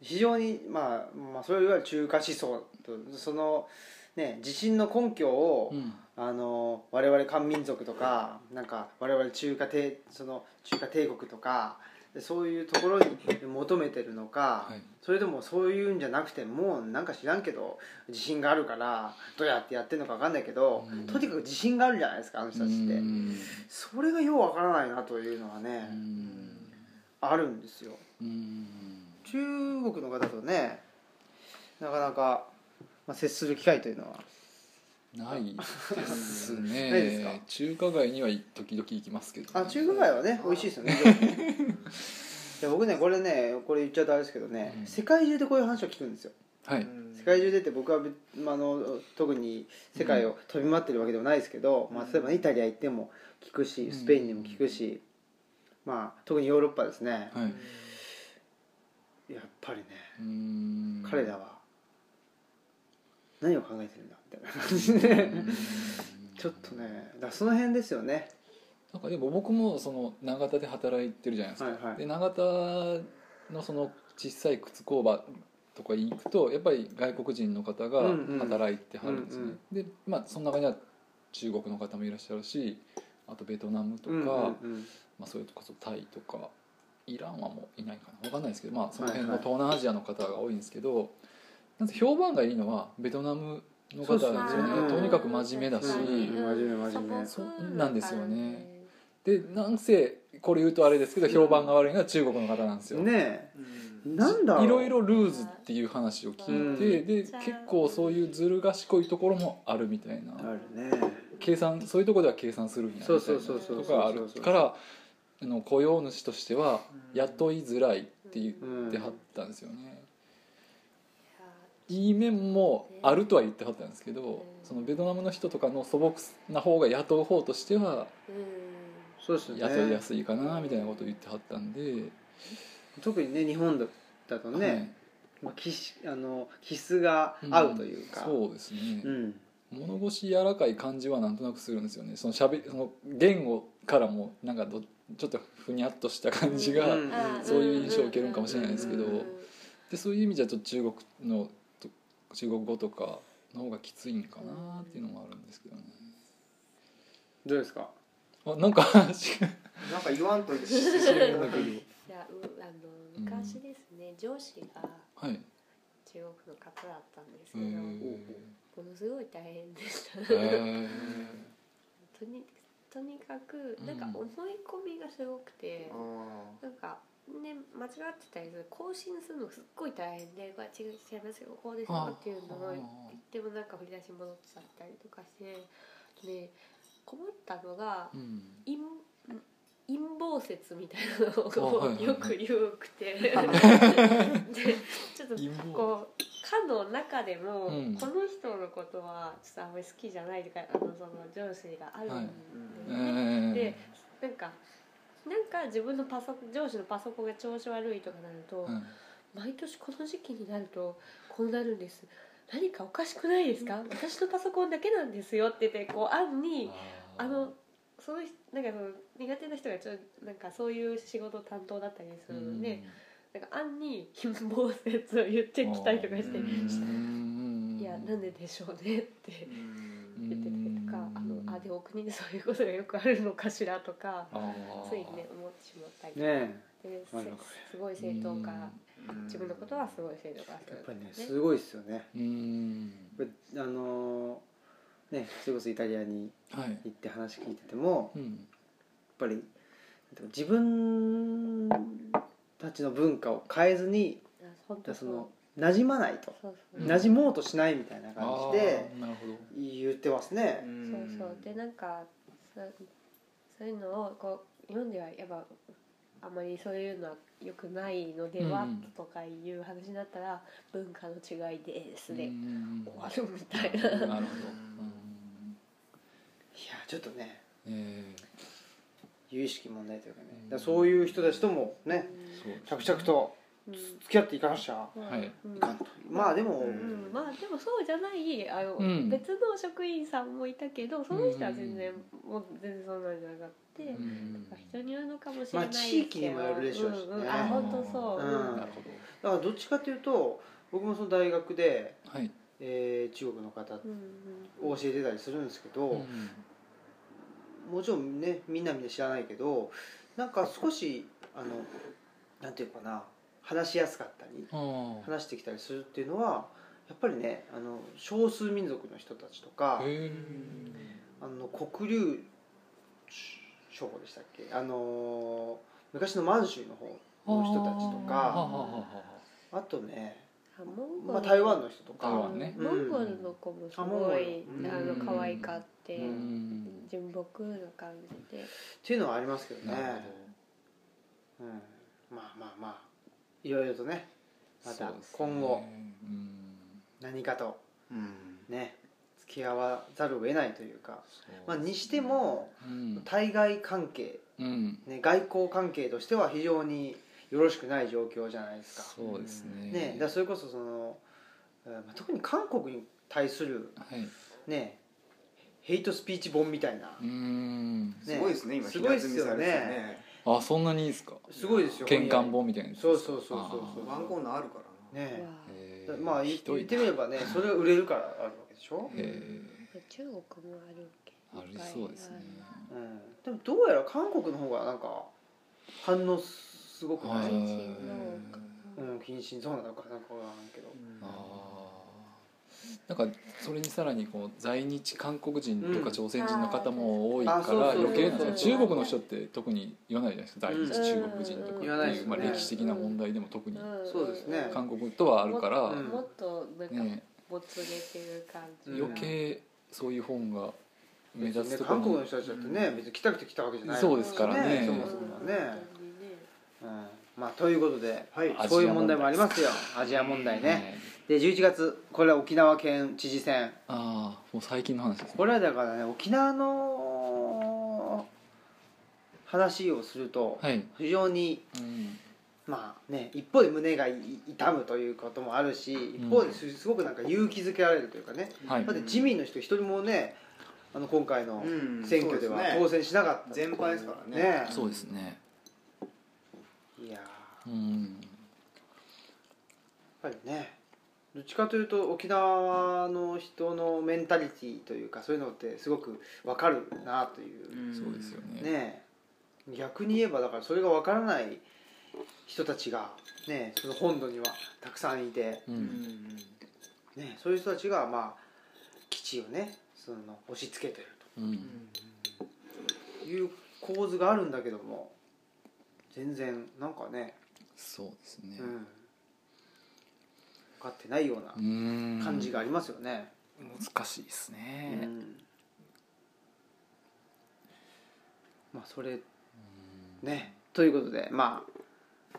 A: 非常に、まあ、まあそれいわゆる中華思想とそのね地震の根拠を、
D: うん
A: あの我々漢民族とかなんか我々中華帝その中華帝国とかそういうところに求めてるのか、
D: はい
A: それともそういうんじゃなくてもうなんか知らんけど地震があるからどうやってやってるのか分かんないけど、
D: うん
A: とにかく地震があるじゃないですかあの人たちって、
D: うん
A: それがよう分からないなというのはね、あるんですよ
D: うん
A: 中国の方とねなかなか、まあ、接する機会というのは
D: ないです
A: [laughs] ないですか
D: ね中華街には時々行きますけどね
A: あ中華街はね美味しいですよねで僕ねこれねこれ言っちゃうとあれですけどね、
D: うん
A: 世界中でこういう話を聞くんですよ
D: はい
A: 世界中でって僕は、まあ、あの特に世界を飛び回ってるわけでもないですけど、まあ、例えばねイタリア行っても聞くしスペインにも聞くし、まあ、特にヨーロッパですね、
D: はい
A: やっぱりね
D: うん
A: 彼らは何を考えてるんだみたいな感じで、ちょっとねだからその辺ですよね
D: なんかでも僕もその永田で働いてるじゃないですか、
A: はいはい
D: で永田のその小さい靴工場とかに行くとやっぱり外国人の方が
A: うんうん
D: 働いてはるんですね、でまあその中には中国の方もいらっしゃるしあとベトナムとか、
A: うんうん
D: ま
A: うん
D: あ、そういうとこそタイとかイランはもういないかなわかんないですけど、まあ、その辺の東南アジアの方が多いんですけど、なんせ評判がいいのはベトナムの方なんですよ
A: そう
D: ね
A: ですね
D: とにかく真面目だし。
A: うん真面目真面目
D: そうなんですよねでなんせこれ言うとあれですけど評判が悪いのは中国の方なんですよ、
A: ねえ
C: う
A: なんだろう
D: いろいろルーズっていう話を聞いて、
A: う
D: で結構そういうずる賢いところもあるみたいな、
A: あるね
D: 計算そういうところでは計算するんやみたい
A: そう
D: な
A: そうそうそう
D: とかあるからあの雇用主としては雇いづらいって言ってはったんですよね、いい面もあるとは言ってはったんですけどそのベトナムの人とかの素朴な方が雇う方としては
A: そうですよ
D: 雇い
A: ね
D: やすいかなみたいなことを言ってはったんで、
A: 特にね日本だだとね、
D: はい
A: まあ、気しあの気質が合うというか、
D: んそうですね、
A: うん
D: 物腰柔らかい感じはなんとなくするんですよねそのしゃべその言語からもなんかどちょっとふにゃっとした感じが、
A: うん
D: そういう印象を受けるんかもしれないですけど
E: うんうんうん
D: でそういう意味じゃちょっと中国のと中国語とかの方がきついんかなっていうのもあるんですけどね
A: どうですか
D: あなんか
C: なんか言わんといて
E: いやうあの昔ですね上司が
D: はい
E: 中国の方だったんです
D: え
E: けど
D: ー
E: ものすごい大変でした [laughs]
D: えー
E: とにとにかく
D: うん
E: なんか思い込みがすごくて、なんかね間違ってたりする更新するのすっごい大変で「これ違う違いますよこうですよ」っていうのを言ってもなんか振り出し戻っちゃったりとかしてで困ったのが
D: うん
E: 陰陰謀説みたいなの
D: あ
E: を
D: はいはい
E: よく言うくて
D: [laughs]
E: でちょっと
D: 陰謀
E: こうかの中でも、
D: うん
E: この人のことはちょっとあんまり好きじゃないとかあのその上司があるん
D: え
E: で,、
D: ー
E: でなんかなんか自分のパソコン上司のパソコンが調子悪いとかなると、
D: はい
E: 毎年この時期になるとこうなるんです何かおかしくないですか私のパソコンだけなんですよって言ってこう案にあのそういうなんかその苦手な人がちょなんかそういう仕事担当だったりするので、なんか案に貧乏説を言ってきたりとかして
D: うん
E: いやなんででしょうねって
D: うん
E: 言っててかあ
D: うん
E: のあでお国でそういうことがよくあるのかしらとか
D: あ
E: ついね思ってしまったり、
A: ね
E: で
A: あるのか
E: すすごい正当化
C: うん
E: 自分のことはすごい正当化す
A: や
E: る
A: っぱりねすごいですよね
D: えうん
A: やっぱりあのーねそれこそイタリアに
D: はい
A: 行って話聞いててもやっ
D: うん
A: ぱり自分たちの文化を変えずに
E: あ本当
A: そ
E: そう
A: の馴染まないと
E: そうそううん
A: 馴染もうとしないみたいな感じで
D: あーなるほど
A: 言ってますね。
E: そうそうでなんかそそういうのをこう読んではやっぱあんまりそういうのは良くないのでは、
D: うん
E: とかいう話になったら文化の違いです
D: う
E: で
D: ん
E: 終わるみたい
D: なるほど
E: な。
D: うん
A: いやちょっとね
D: ええ
A: 有意識問題というかねだからそういう人たちともね
D: そうです
A: 着々と
E: うん
A: 付き合っていかなくちゃ
E: うん
D: はい
E: うん
A: いかんとまあでも、
C: うん
E: うんまあでもそうじゃないあの、
D: うん
E: 別の職員さんもいたけどその人は全然、もう全然そんなんじゃなくて、
D: う
E: なん
D: ん
E: か人によるのかもしれない
A: まあ地域にもよるでしょうしね
E: んんあ本当そう、
A: うん
D: なるほど
A: だからどっちかというと僕もその大学で、
D: はい
A: えー中国の方
E: うん
A: を教えてたりするんですけど、
D: うん
A: もちろんねみんなみんな知らないけどなんか少しあのなんていうかな話しやすかったり
D: あ
A: 話してきたりするっていうのはやっぱりねあの少数民族の人たちとか
D: あへえ
A: あの黒竜商法でしたっけあの昔の満州の方の人たちと
D: ははは
A: か
D: はは
A: あとね、
E: あモンゴル
A: まあ、台湾の人と
D: 台
A: か
D: 湾ね
E: モンゴルの子もすごい、
A: うん
E: あ
D: うん
E: の可愛かって、
D: うん
E: 純朴な感じで、
A: っていうのはありますけどね
D: なるほ
A: うん、まあまあまあいろいろとね
D: ど
A: ま
D: そう
A: た
D: ですね
A: 今後
D: うん
A: 何かと
C: うん
A: ね付き合わざるを得ないというか、
D: そう
A: まあ、にしても
D: うん
A: 対外関係、
D: うん
A: ね、外交関係としては非常によろしくない状況じゃないですか。
D: そうですね
A: ね、だからそれこそその、えーまあ特に韓国に対する、
D: はい
A: ね、ヘイトスピーチ本みたいな、
D: うん
A: ね
C: すごいですね今
A: すごいです
C: ひな
A: よ
C: 積みされて
A: ね
C: ね
D: あそんなにいいですか
A: すごいですよ
D: 喧嘩本みたいなやつ
A: そうそうそうそうそう
C: ワンコーナーあるからな
E: わ
A: ね
E: あ
D: へ
A: だ
D: え
A: まあ言っ
D: ひどいな
A: てみればねそれが売れるからあるわけでしょ、
D: へ
E: 中国もあるけ
D: えありそうですね
A: うん、でもどうやら韓国の方がなんか反応すごくない、
E: い
A: うん、謹慎そうなのかなんかわからんけど、
D: あーなんかそれにさらにこう在日韓国人とか朝鮮人の方も多いか
A: あーそう
D: ら
A: そう
D: 余計なんですね
E: そうそう
D: 中国の人って特に言わないじゃないですか在
A: うん
D: 日中国人とかって
A: 言わないで
D: い
A: す
D: う、
A: ね
D: まあ、歴史的な問題でも特に
E: うん
A: そうですね
D: 韓国とはあるから、
A: うん
E: もっとなんか
D: ね、
E: 没入ってる感じ
A: うん
E: が
D: 余計そういう本が目立つ
A: 別にね
D: ところ
A: 韓
D: に
A: 国の人たちだってね、別に来たくて来たわけじゃない
D: そうですからね
A: そもそもはね、
E: 本当にね
A: うん、まあということで、
C: はい
D: あ
A: そういう問題もありますよアジア問題ね、
D: はい
A: で11月これは沖縄県知事選
D: ああもう最近の話ですね
A: これはだからね沖縄の話をすると
D: はい、
A: 非常に
D: うん、
A: まあね一方で胸がい痛むということもあるし一方ですすごくなんか勇気づけられるというかね、
D: はい
A: だって自民の人一人もねあの今回の
C: うん
A: 選挙では
C: そうすね
A: 当選しなかった
C: 全敗ですからね
A: ね
D: そうですね
A: いやーやっ
D: うん
A: ぱりねどっちかというと沖縄の人のメンタリティというかそういうのってすごく分かるなという
C: うん
D: そうですよね
A: ねえ逆に言えばだからそれがわからない人たちが、ねえ、その本土にはたくさんいて、
D: う
C: うん
D: ん
A: ねえ、そういう人たちがまあ基地をねその押し付けてる
D: うん
A: という構図があるんだけども全然なんかね、
D: そうですね
A: うん、分かってないよう
D: うん
A: な感じがありますよね。
D: 難しいですね
A: う、んまあそれねということでまあ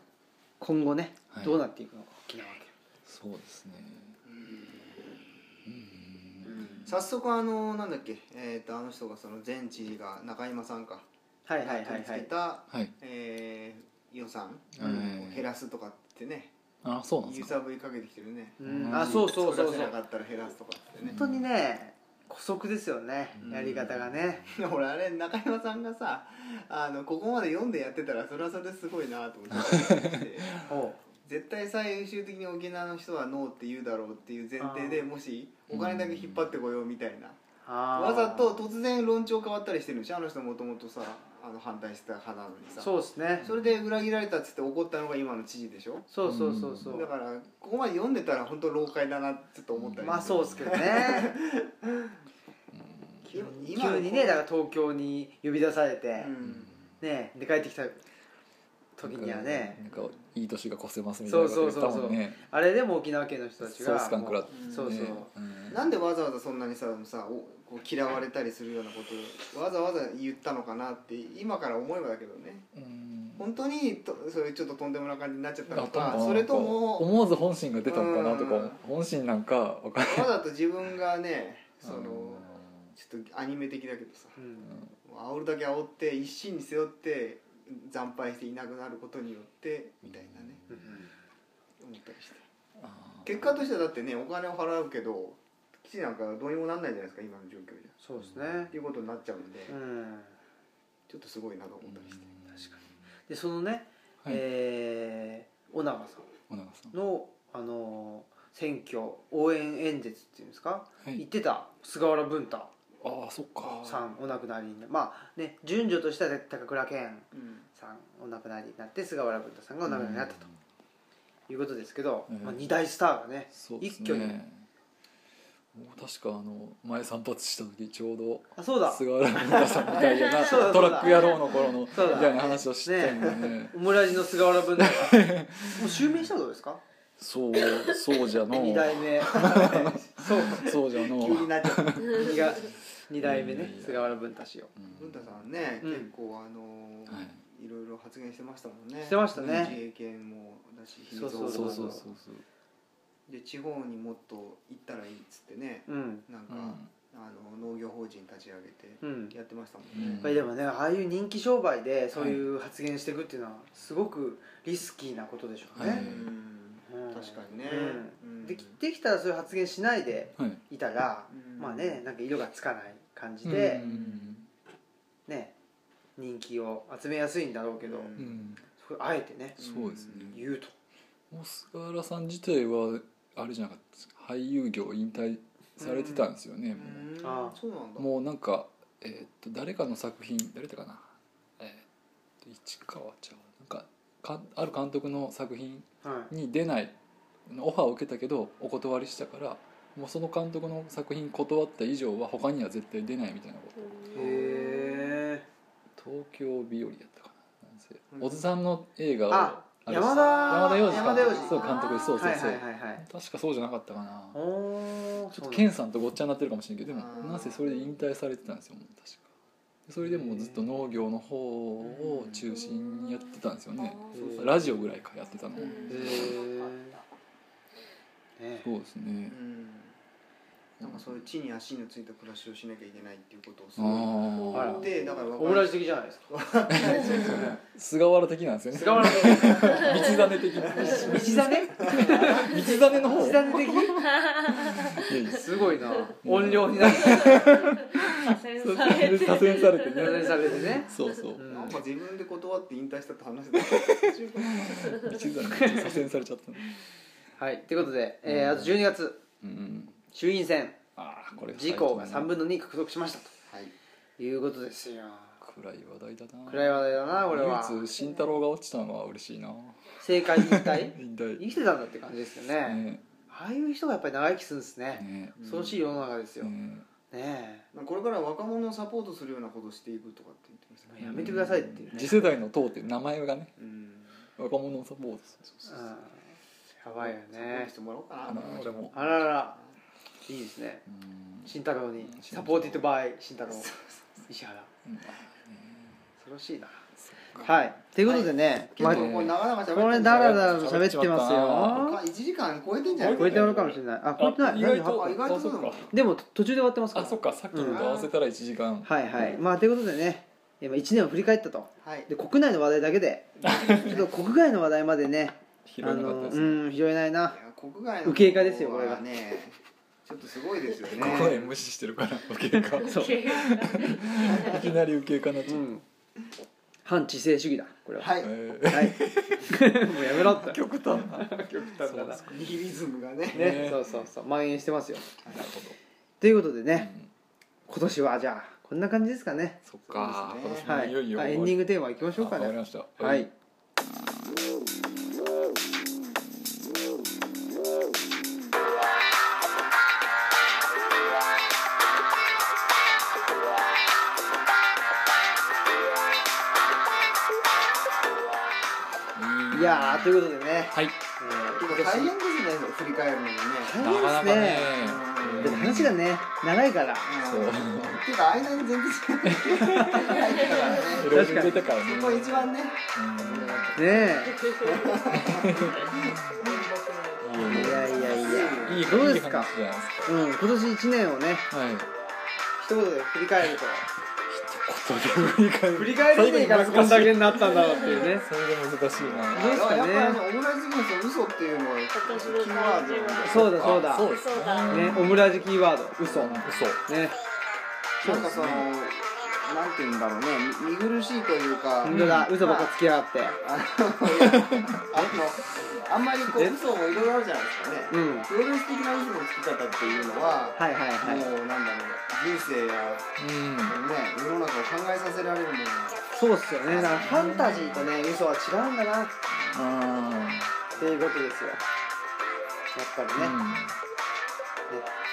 A: 今後ね、
D: はい
A: どうなっていくのか沖縄県。
D: そうですねうん
C: 早速あのなんだっけえっとあの人がその前知事が中山さんか
A: はいは
C: が
A: いはいは
C: 取り付け
A: い。
C: た
D: はい
C: えー予算
D: う
C: を
D: ん
C: 減らすとかってね
D: あそうなんで
C: 揺
D: すか
C: さぶりかけてきてるね
A: うん、あそうそうそう
C: 作
A: そう
C: らせな。かったら減らすとかってね
A: 本当にね姑息ですよねやり方がね。
C: [laughs] 俺あれ中山さんがさあのここまで読んでやってたらそれはそれですごいなと思って
A: [laughs] お
C: 絶対最終的に沖縄の人はノーって言うだろうっていう前提で
A: あー
C: もしお金だけ引っ張ってこようみたいな
A: わ
C: わざと突然論調変わったりしてるんでしょあの人もともとさあの反対してた派なのにさ
A: そうですね
C: それで裏切られたっつって怒ったのが今の知事でしょ
A: そうそうそうそう
C: だからここまで読んでたら本当老快だなってちょっと思ったり
A: まあそうですけどね
C: 今
A: [laughs] 急にねだから東京に呼び出されて
C: う、ん
A: ねで帰ってきた時にはね
D: なんかなんかいい年が越せますみたいなこと
A: そう
D: 言
A: そ
D: っ
A: う
D: た
A: そうそう
D: もんね
A: あれでも沖縄県の人たち
D: ソ
A: が
D: ース感食らって
C: うん
A: そうそう
D: うん
C: なんでわざわざそんなにささおこう嫌われたりするようなことをわざわざ言ったのかなって今から思えばだけどね
D: うん
C: 本当にとそういうちょっととんでもない感じになっちゃった
D: あ
C: の
D: となん
C: か
D: か
C: それとも
D: 思わず本心が出たのかなと
C: うん
D: か本心なんかわかんない
C: わざと自分がねその
D: うん
C: ちょっとアニメ的だけどさ
A: うん
C: 煽るだけ煽って一心に背負って惨敗していなくなることによってみたいなね思ったりして
D: あー
C: 結果としてはだってねお金を払うけど基地なんかどうにもなんないじゃないですか今の状況じゃ
A: そうですね
C: っていうことになっちゃうんで、
A: うん
C: ちょっとすごいなと思ったりして、
A: 確かでそのね、
D: はい
A: えー小長さ
D: 小長さん
A: んのあのー選挙応援演説っていうんですか、
D: はい
A: 言ってた菅原文太
D: ああそっか
A: さんお亡くなりになまあね順序としては高倉健さんお亡くなりになって菅原文太さんがお亡くなりになった
D: うん
A: ということですけど、
D: うん
A: まあ、二大スターがね
D: そうです
A: 一挙に
D: ねもう確かあの前散髪した時ちょうど
A: あそうだ
D: 菅原文太さんみたいな
A: [laughs] そうだ
D: トラック野郎の頃のみ
A: そうだ
D: たいな話をしてたんでね
A: オムラジの菅原文太がもう襲名したらどうですか
D: そうそうじゃ
A: [laughs]
D: の
A: 二代目そう
D: そうじゃの
C: 気になっちゃう
A: 二が二代目ね
D: うん
A: 菅原文太氏を
D: うん
C: 文太さんね、
A: うん
C: 結構あのー
D: はい
C: い、ろいろ発言してましたもんね
A: してましたね
C: 自衛権もだし秘密
A: そうそう
D: そう
A: そ
D: そううそうそう
C: で地方にもっと行ったらいいっつってね
A: うん
C: なんか、
D: うん
C: あの農業法人立ち上げて
A: うん
C: やってましたも
D: うん
C: ん
A: や
C: ね
A: っ、ぱりでもねああいう人気商売でそういう発言していくっていうのはすごくリスキーなことでしょうね、
D: はい
C: うん
A: うん
C: 確かにね、
A: う
C: うん
A: んできできたらそういう発言しないで
D: はい
A: いたら、
C: うん
A: まあねなんか色がつかない感じで
D: う、ん
A: ね人気を集めやすいんだろうけど、
C: うん
D: うん
A: それあえてね
D: そうですね
A: 言うと
D: もう菅原さん自体はあれじゃなかったですか俳優業を引退されてたんですよね、
C: うん
A: ああ
C: そうなん
D: も
C: だ
D: うもうなんか、えー、と誰かの作品誰だかな、えー、と市川ちゃんなんかかある監督の作品
A: はい
D: に出ないオファーを受けたけどお断りしたからもうその監督の作品断った以上は他には絶対出ないみたいなこ
A: へえ
D: と東京日和やったかななんせ、
C: うん
D: おずさんの映画を
A: あ
D: あれ
A: 山田
D: 山田洋次
A: 山田洋
D: 監
A: 次
D: 督そう監督ですそうそう
A: はい
D: そ
A: は
D: う、
A: いはいはい
D: 確かそうじゃなかったかな
A: お
D: ち
A: ー
D: ょっと
A: そうなん
D: 健さんとごっちゃになってるかもしれんけどでも
C: あー
D: なんせそれで引退されてたんですよもう確かそれでもうずっと農業の方を中心にやってたんですよね
A: うん
D: ラジオぐらいかやってたの
E: うん
A: だへえね
D: そうですね
C: うんなんかそういう地に足のついた暮らしをしなきゃいけないっていうことをす
D: あ
C: ご
D: ー
E: あ
A: あら
E: ら
C: いでだから
A: オムラジ的じゃないですか
D: 菅原的なんですよね
A: 菅原の
D: 道真
A: [laughs]
D: 的な
A: 道真
D: 道真の方
A: 道真的
D: いやいや
A: すごいな音量になって
E: 左遷されて
D: 左遷されて
A: 左遷
D: ね
A: されてね
D: そうそう
A: う
D: 道
A: ん
C: なんか自分で断って引退したって話だ
D: 真に左遷されちゃったの
A: はいということでえーあと12月
D: うん
A: 衆院選
D: ああこれ
A: 自公が3分の2獲得しました
C: はい
A: ということですよ
D: 暗い話題だな
A: 暗い話題だなこれは
D: 唯一慎太郎が落ちたのは嬉しいな
A: 政界引退
D: 引退
A: 生きてたんだって感じですよね
D: ね
A: ああいう人がやっぱり長生きするんですね
D: ね
A: 恐ろしい世の中ですよね
D: ね
A: え
C: なんかこれから若者をサポートするようなことをしていくとかって言ってましたね
A: やめてくださいっていうね
D: 次世代の党っていう名前がね
C: うん
D: 若者をサポートす
A: うんやばいよ
C: サポート
A: ね
C: してもらおうか
D: る
C: な
D: あの俺も
A: あらららいいですね
D: うん
A: 慎太郎
D: う
A: に
D: ん
A: サポーティッドバイ慎太郎石原
D: うん
A: 恐ろしいな
D: っ
A: はいということでね、
C: 結構
A: ま
C: これ長々喋って
A: これだらだら喋ってますよ
C: 1時間超えてんじゃない
A: 超えておるかもしれないあ超えてない
D: あ意外
A: 何
D: と
C: あ意外とそうだもん
D: あそっ
A: でも途中で終わってます
D: か
A: か
D: らあそっかさっきのと合わせたら1時間
A: はいはいまあということでね今1年を振り返ったと
C: はい
A: で国内の話題だけ [laughs] でちょっと国外の話題までね
D: 拾えなかったです
A: あ
D: ね
A: のうん拾えないない
C: や国外の
A: 右傾化ですよこれが
C: 方はねちょっとすごいですよね
D: ここで無視してるから受けか
A: そう
E: [laughs]
D: いきなり受けかなっちゃ
A: う
D: うん
A: 反知性主義だこれは
C: はい
D: え
A: はいもうやめろって
D: ー極端な
A: [laughs] 極端だな
C: ニヒリズムが
A: ね
C: ね
D: ね
A: そうそうそう蔓延してますよ
D: なるほ
A: ということでね、今年はじゃあこんな感じですかね
D: そっか
C: そうですね
D: 今
A: は
D: 年も
A: い
D: いよいよ
A: あエンディングテーマいきましょうか
B: わかり
A: ね
B: ました
A: はいいやーということでね、
D: はい
A: え
C: 結
A: ー今
C: 構大
A: 年
C: 変ですね振り返るのもね
D: な
A: 大変で
D: かな
A: す
D: か
A: ね
D: ね
A: でも話がね長いから
C: そう
D: うん
C: んっていうか間に全然違う入ったからね
D: いろいろ出たからね
C: そこ一番ね
A: ねえ
D: うん
A: いやいやい
D: いいいい
A: やどうですか
D: いい話じゃないです
A: うん今年1年をね
D: かはい
A: 一言で振り返ると
D: 振り返る
A: 振り返りねえからこんだけになったんだろうっていうね
D: それが難しいな
A: どうですかね
C: やっぱりねオムライスビジネスの嘘っていうのはキーワードなんで
A: そうだそうだ
D: あそうです
E: そうだ
A: ねオムラジキーワード嘘ね
D: 嘘
C: なんかそのなんて言うんだろうね見見苦しいというか
A: 本当だ嘘ばっかつきやがって
C: あのいやあのあんまりこう嘘もいろいろあるじゃないですかね
A: うん
C: プロレス的な嘘のつき方っていうのは
A: はいはいはい
C: もうなんだろう人生や
D: うん
C: ね世の中を考えさせられるもの
A: そうっすよねだからファンタジーとね嘘は違うんだなっ
D: あ
A: ていうことですよやっぱりね、
D: あ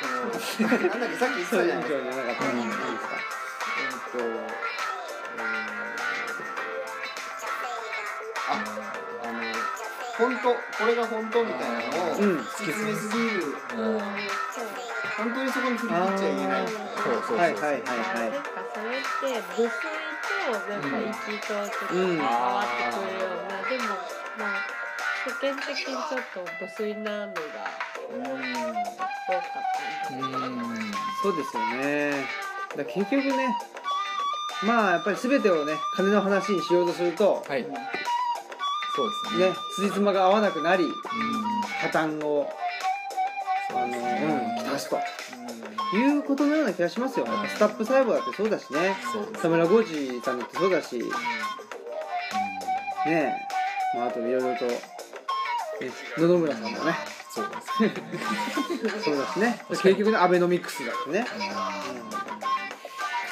C: そのなんだっけさっき言って
A: そう
C: た
A: い
C: じ
A: う印
C: ゃな
A: 象
C: い
A: じ
C: で
A: ゃ
C: すか
A: なかったな、
D: うん
A: いいですか
C: えーっとうーんああの本当これが本当みたいなのを
A: うん
C: 突き詰めすぎる
D: うんうん
C: 本当にそこに振り切っちゃいけない
E: あー
D: そうそうそう
A: はいはいはい
E: あー
A: は
E: なんかそれって無粋となんか粋とちょっと
A: う
E: 変
A: ん
E: わってくるような、でもまあ世間的にちょっと無粋なのが
C: うん
E: 多かったりとか
D: うん
A: そうですよねだから結局ねまあやっぱり全てをね金の話にしようとすると、
D: はいそうですね
A: ね辻褄が合わなくなり
D: うん
A: 破綻をあの、うん、きたすということのような気がしますよやっぱスタップ細胞だってそうだしね
D: そうです
A: 田村浩二さんだってそうだしねえ、まあ、あといろいろと、ね、野々村さんもね
D: そうですね
A: そうだしね
D: 確かに
A: 結局ねアベノミクスだってね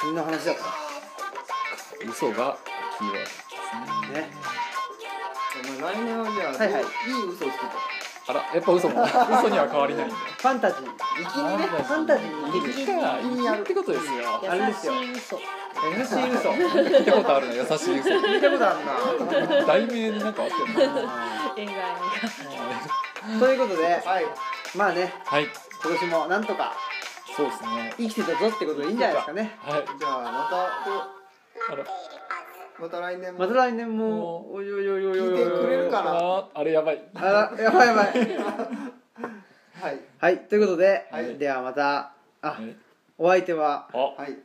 A: そんな話だっ
D: うん嘘がキーワードです
A: た
D: ね
A: ね
C: お前来年はじゃあ、
A: はいはい
C: いい嘘をつくと
D: あらやっぱ嘘も嘘には変わりないんだ
A: ファンタジー粋にねファンタジーに生きる
D: 生きが生きるってことですよ
A: あれですよ
E: 優しい嘘
A: 優しい嘘
D: [laughs] 聞いたことあるの優しい嘘
A: 聞いたことあるな
D: 題名になんかあって [laughs] るの
E: 映画に
A: ということで
C: はい
A: まあね
D: はい
A: 今年もなんとか
D: そうですね
A: 生きてたぞってことでいいんじゃないですかね
D: はい
C: じゃあ
D: あら
C: またまた来年も
A: また来年もおいおいおいおいおいおい
C: 聞いてくれるかな
D: あーあれやばい
A: あらやばいやばい
C: はい
A: はいということで、
C: はい
A: ではまたあ
D: はい
A: お相手は
D: あ
C: はい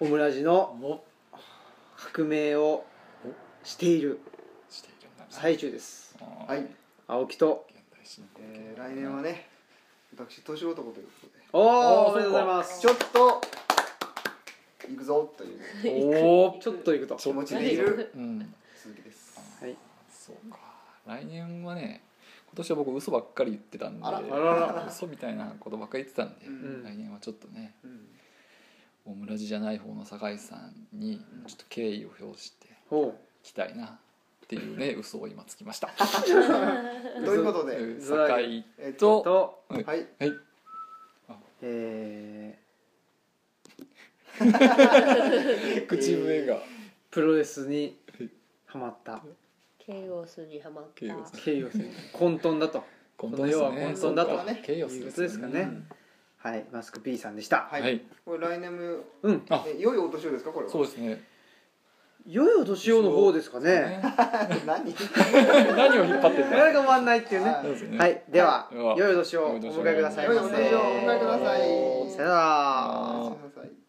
A: オムラジの
D: も
A: 革命をしている
D: うしているんだ
A: 最中です
D: は
C: はいい、
A: 青木と
D: 現代進行
C: えー、来年はね私年男ということで
A: おおお
D: おー
A: めでとうございます
C: ちょっと行くぞという
D: おお
A: ちょっと行くと
C: 気持ちでいる
D: うん
C: 鈴木です
A: はい
D: そうか来年はね今年は僕嘘ばっかり言ってたんで
C: あらあ
A: らら
D: 嘘みたいなことばっかり言ってたんで、
C: うん
D: 来年はちょっとね
C: うん
D: オムラジじゃない方の酒井さんにちょっと敬意を表して
A: ほ
D: いきたいなっていうね嘘を今つきました
C: ということで、
D: うん酒井
C: えっ
A: う
D: と
A: と
D: うん
C: はい
D: はい
A: え
D: 口笛が
A: ー、プロレスにハマった
E: ケイオスにハマっ
D: ケイオ
E: た
D: ス
A: 経緯をする混沌だと
D: 混
A: の世は混沌だと
D: ケイオス
A: いうことですかねはいマスク P さんでした、
C: は、
D: はいい、
C: これ来年も
A: うん
D: あ
C: え良いお年をですかこれは
D: そうですね
A: よいお年をの方ですかね
C: [laughs] 何
D: [laughs] 何を引っ張ってんだ
A: なかなか終わんないっていうね
C: はい
D: そうですね
A: はいでは
D: はい
A: 良いお年をお迎えくださいませ
C: 良いお年をお迎えくだ
A: さよ
C: さい
A: なら
C: おやすみなさい